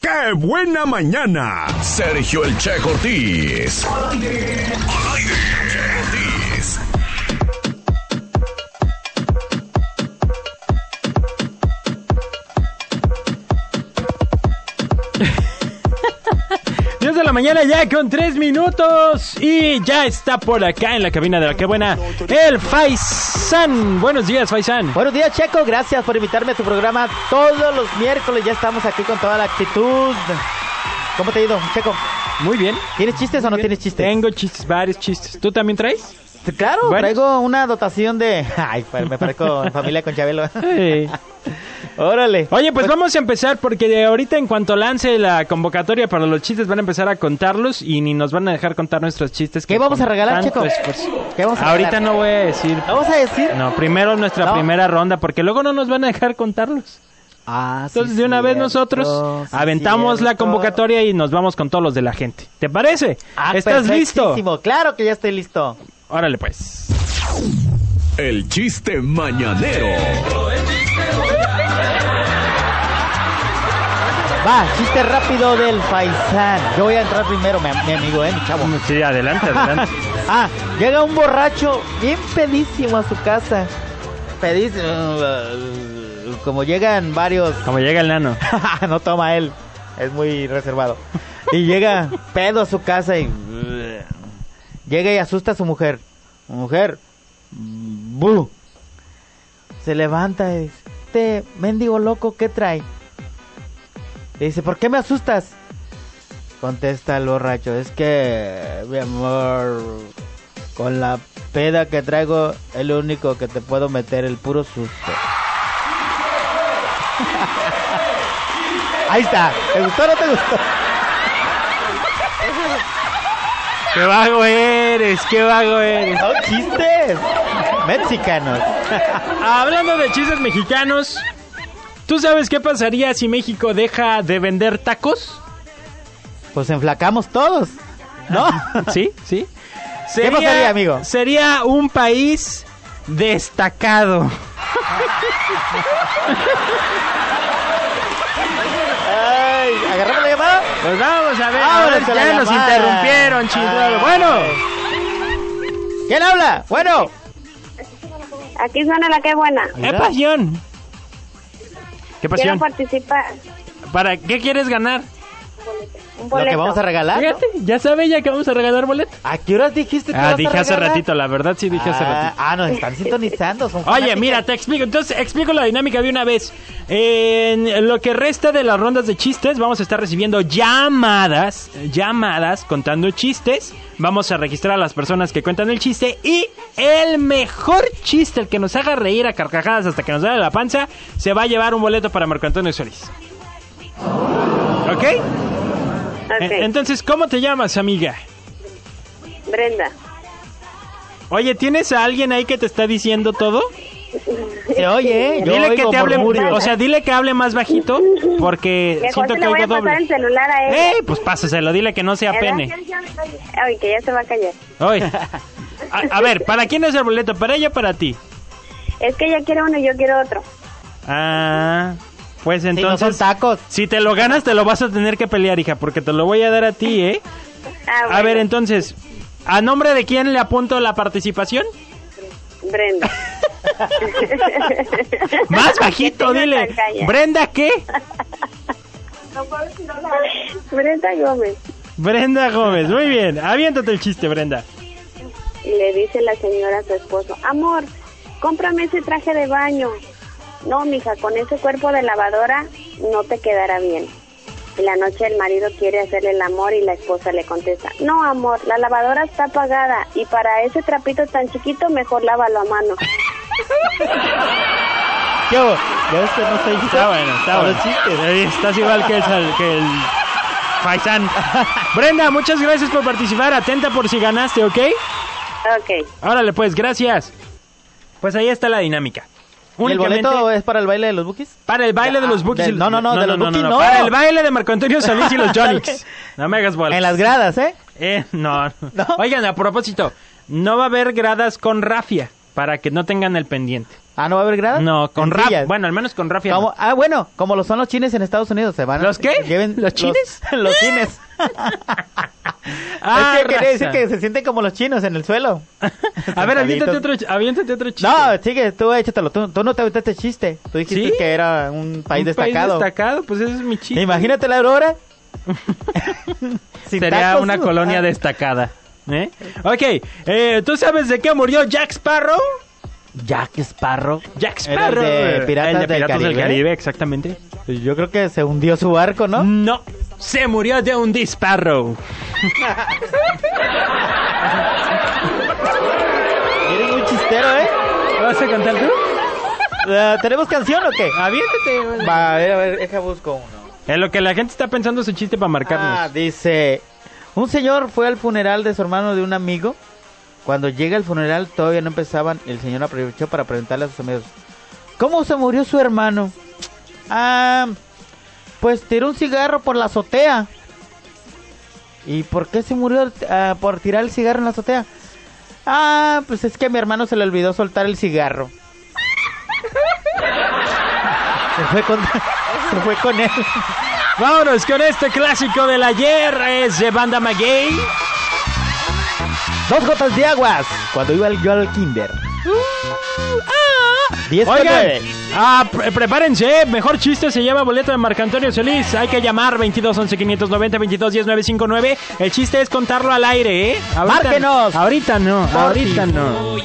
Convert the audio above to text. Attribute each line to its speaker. Speaker 1: ¡Qué buena mañana!
Speaker 2: Sergio El Che Cortés. Al aire. Al aire. Che Cortés.
Speaker 3: Diez de la mañana ya con tres minutos y ya está por acá en la cabina de la que buena el Faisan. Buenos días, Faisan.
Speaker 4: Buenos días, Checo. Gracias por invitarme a tu programa todos los miércoles. Ya estamos aquí con toda la actitud. ¿Cómo te ha ido, Checo?
Speaker 3: Muy bien.
Speaker 4: ¿Tienes chistes o no tienes chistes?
Speaker 3: Tengo chistes, varios chistes. ¿Tú también traes?
Speaker 4: Claro,
Speaker 3: Bueno.
Speaker 4: traigo una dotación de... Ay, pa- me parezco en familia con Chabelo.
Speaker 3: Eh.
Speaker 4: Órale.
Speaker 3: Oye, pues vamos a empezar porque de ahorita en cuanto lance la convocatoria para los chistes van a empezar a contarlos y ni nos van a dejar contar nuestros chistes. que
Speaker 4: ¿Qué vamos a
Speaker 3: con
Speaker 4: regalar,
Speaker 3: tanto
Speaker 4: Checo?
Speaker 3: esfuerzo-
Speaker 4: ¿Qué vamos a
Speaker 3: Ahorita
Speaker 4: regalar?
Speaker 3: no voy a decir.
Speaker 4: ¿No vas a decir?
Speaker 3: No, primero nuestra
Speaker 4: No.
Speaker 3: primera ronda porque luego no nos van a dejar contarlos.
Speaker 4: Ah, sí,
Speaker 3: Entonces, de una vez
Speaker 4: cierto,
Speaker 3: nosotros
Speaker 4: sí,
Speaker 3: aventamos la
Speaker 4: cierto.
Speaker 3: convocatoria y nos vamos con todos los de la gente. ¿Te parece?
Speaker 4: Ah,
Speaker 3: ¿Estás listo?
Speaker 4: perfectísimo. Claro que ya estoy listo.
Speaker 3: Órale, pues.
Speaker 2: El chiste mañanero.
Speaker 4: Va, chiste rápido del paisán. Yo voy a entrar primero, mi, mi amigo, eh, mi chavo.
Speaker 3: Sí, adelante, adelante.
Speaker 4: ah, llega un borracho bien pedísimo a su casa. Pedísimo. Como llegan varios.
Speaker 3: Como llega el nano.
Speaker 4: no toma él. Es muy reservado. Y llega pedo a su casa y. Llega y asusta a su mujer. Mujer. Bu. Se levanta y dice: Este mendigo loco, ¿qué trae? Le dice: ¿Por qué me asustas? Contesta el borracho: Es que, mi amor, con la peda que traigo, es lo único que te puedo meter, el puro susto. Ahí está. ¿Te gustó o no te gustó?
Speaker 3: ¡Qué vago eres! ¡Qué vago eres!
Speaker 4: Son chistes mexicanos.
Speaker 3: Hablando de chistes mexicanos, ¿tú sabes qué pasaría si México deja de vender tacos?
Speaker 4: Pues enflacamos todos, ¿no?
Speaker 3: ¿Sí? ¿Sí?
Speaker 4: ¿Qué pasaría, amigo?
Speaker 3: Sería un país destacado.
Speaker 4: Ay, agarramos la llamada.
Speaker 3: Pues vamos a ver.
Speaker 4: Vámonos
Speaker 3: ahora
Speaker 4: a la
Speaker 3: ya nos
Speaker 4: llamada.
Speaker 3: interrumpieron,
Speaker 4: Ay.
Speaker 3: chingados. Bueno.
Speaker 4: ¿Quién habla? Bueno,
Speaker 5: Aquí suena la que buena.
Speaker 3: ¡Qué pasión! ¡Qué
Speaker 5: Quiero
Speaker 3: pasión!
Speaker 5: participar.
Speaker 3: ¿Para qué quieres ganar?
Speaker 4: lo
Speaker 5: Un boleto.
Speaker 4: que vamos a regalar. ¿no?
Speaker 3: Fíjate, ya sabe ya que vamos a regalar boleto.
Speaker 4: ¿A qué horas dijiste que
Speaker 3: Ah,
Speaker 4: vas a
Speaker 3: dije hace
Speaker 4: regalar?
Speaker 3: ratito, la verdad sí dije hace
Speaker 4: Ah,
Speaker 3: ratito.
Speaker 4: Ah, nos están sintonizando. son
Speaker 3: Oye,
Speaker 4: fanáticas.
Speaker 3: mira, te explico. Entonces, explico la dinámica de una vez. En lo que resta de las rondas de chistes, vamos a estar recibiendo llamadas, llamadas contando chistes. Vamos a registrar a las personas que cuentan el chiste y el mejor chiste, el que nos haga reír a carcajadas hasta que nos da la panza, se va a llevar un boleto para Marco Antonio Solís. ¿Ok?
Speaker 5: Ok,
Speaker 3: E- Entonces, ¿cómo te llamas, amiga?
Speaker 5: Brenda.
Speaker 3: Oye, ¿tienes a alguien ahí que te está diciendo todo?
Speaker 4: Se oye, ¿eh? Yo
Speaker 3: dile que
Speaker 4: oigo
Speaker 3: te hable,
Speaker 4: murmurios.
Speaker 3: o sea, dile que hable más bajito porque
Speaker 5: Mejor
Speaker 3: siento
Speaker 5: se
Speaker 3: que
Speaker 5: le voy
Speaker 3: oigo
Speaker 5: a pasar el
Speaker 3: doble.
Speaker 5: celular a ella.
Speaker 3: ¡Ey! Pues pásaselo, dile que no sea
Speaker 5: ¿Verdad?
Speaker 3: pene.
Speaker 5: Ay, que ya se va a callar.
Speaker 3: Oye. A, a ver, ¿para quién es el boleto? ¿Para ella o para ti?
Speaker 5: Es que ella quiere uno y yo quiero otro.
Speaker 3: Ah, pues
Speaker 4: Sí, no son
Speaker 3: entonces...
Speaker 4: tacos.
Speaker 3: si te lo ganas, te lo vas a tener que pelear, hija, porque te lo voy a dar a ti, ¿eh?
Speaker 5: Ah,
Speaker 3: A ver,
Speaker 5: bueno,
Speaker 3: entonces, ¿a nombre de quién le apunto la participación?
Speaker 5: Brenda.
Speaker 3: Más bajito,
Speaker 5: Que tenga
Speaker 3: dile.
Speaker 5: pantalla.
Speaker 3: ¿Brenda qué?
Speaker 5: Brenda Gómez.
Speaker 3: Brenda Gómez, muy bien. Aviéntate el chiste, Brenda.
Speaker 5: Y le dice la señora a su esposo, amor, cómprame ese traje de baño. No, mija, con ese cuerpo de lavadora no te quedará bien. En la noche el marido quiere hacerle el amor y la esposa le contesta, no, amor, la lavadora está apagada y para ese trapito tan chiquito mejor lávalo a mano.
Speaker 4: ¿Qué hubo? Ya ves que no soy
Speaker 3: Está bueno, está
Speaker 4: Ahora
Speaker 3: bueno.
Speaker 4: sí.
Speaker 3: Eh, Estás igual que el, sal- que el Faisán. Brenda, muchas gracias por participar. Atenta por si ganaste, ¿ok?
Speaker 5: Ok,
Speaker 3: Órale, pues, gracias. Pues ahí está la dinámica.
Speaker 4: ¿Y ¿El
Speaker 3: Únicamente
Speaker 4: boleto es para el baile de los bookies?
Speaker 3: Para el baile de los Bookies. y-
Speaker 4: ah, Del- no, no, no, de los Bookies no.
Speaker 3: Para el baile de Marco Antonio Solís y los Jonix. No me hagas bolas.
Speaker 4: En las gradas, ¿eh?
Speaker 3: Eh, no.
Speaker 4: ¿No?
Speaker 3: Oigan, a propósito, no va a haber gradas con rafia para que no tengan el pendiente.
Speaker 4: Ah, ¿no va a haber gradas?
Speaker 3: No, con rap.
Speaker 4: Sencillas.
Speaker 3: Bueno, al menos con Rafi.
Speaker 4: Como- ah, bueno, como lo son los chines en Estados Unidos, se van. a-
Speaker 3: ¿Los qué? ¿Los chines?
Speaker 4: Los, los chines.
Speaker 3: Ah,
Speaker 4: es que quería decir
Speaker 3: raza.
Speaker 4: que se sienten como los chinos en el suelo.
Speaker 3: A ver,
Speaker 4: Sentaditos.
Speaker 3: aviéntate otro, ch- aviéntate otro chiste.
Speaker 4: No, sigue, tú échatelo. Tú, tú no te aventaste chiste. Tú dijiste
Speaker 3: ¿Sí?
Speaker 4: que era un país
Speaker 3: Un
Speaker 4: destacado.
Speaker 3: destacado, pues ese es mi chiste.
Speaker 4: Imagínate la aurora. Sin
Speaker 3: Sería
Speaker 4: tacos.
Speaker 3: una colonia
Speaker 4: Ah,
Speaker 3: destacada. ¿eh? Ok, eh, ¿tú sabes de qué murió Jack Sparrow?
Speaker 4: Jack Sparrow.
Speaker 3: Jack
Speaker 4: Era el
Speaker 3: Sparrow.
Speaker 4: de Piratas
Speaker 3: El de
Speaker 4: del
Speaker 3: Piratas del
Speaker 4: Caribe.
Speaker 3: Caribe, exactamente.
Speaker 4: Yo creo que se hundió su barco, ¿no?
Speaker 3: No, se murió de un disparo.
Speaker 4: Eres un chistero, ¿eh?
Speaker 3: ¿Vas a contar tú?
Speaker 4: Ah, ¿Tenemos canción o qué?
Speaker 3: Aviéntate.
Speaker 4: Va, a ver, a ver, deja busco uno.
Speaker 3: En lo que la gente está pensando su chiste para marcarnos.
Speaker 4: Ah, dice... Un señor fue al funeral de su hermano de un amigo. Cuando llega el funeral todavía no empezaban. El señor aprovechó para preguntarle a sus amigos. ¿Cómo se murió su hermano? Ah, pues tiró un cigarro por la azotea. ¿Y por qué se murió ah, por tirar el cigarro en la azotea? Ah, pues es que a mi hermano se le olvidó soltar el cigarro. Se fue con, se fue con él.
Speaker 3: Vámonos con este clásico del ayer. Es de Banda Maguey.
Speaker 4: Dos gotas de aguas. Cuando iba al- yo al kinder. Diez con
Speaker 3: Oigan,
Speaker 4: nueve.
Speaker 3: ah, pre- prepárense, eh. mejor chiste se lleva boleto de Marcantonio Solís. Hay que llamar 22 11 590 22 10 959. El chiste es contarlo al aire, ¿eh? Ahorita-
Speaker 4: Márquenos.
Speaker 3: Ahorita no,
Speaker 4: Por
Speaker 3: ahorita
Speaker 4: ti.
Speaker 3: no.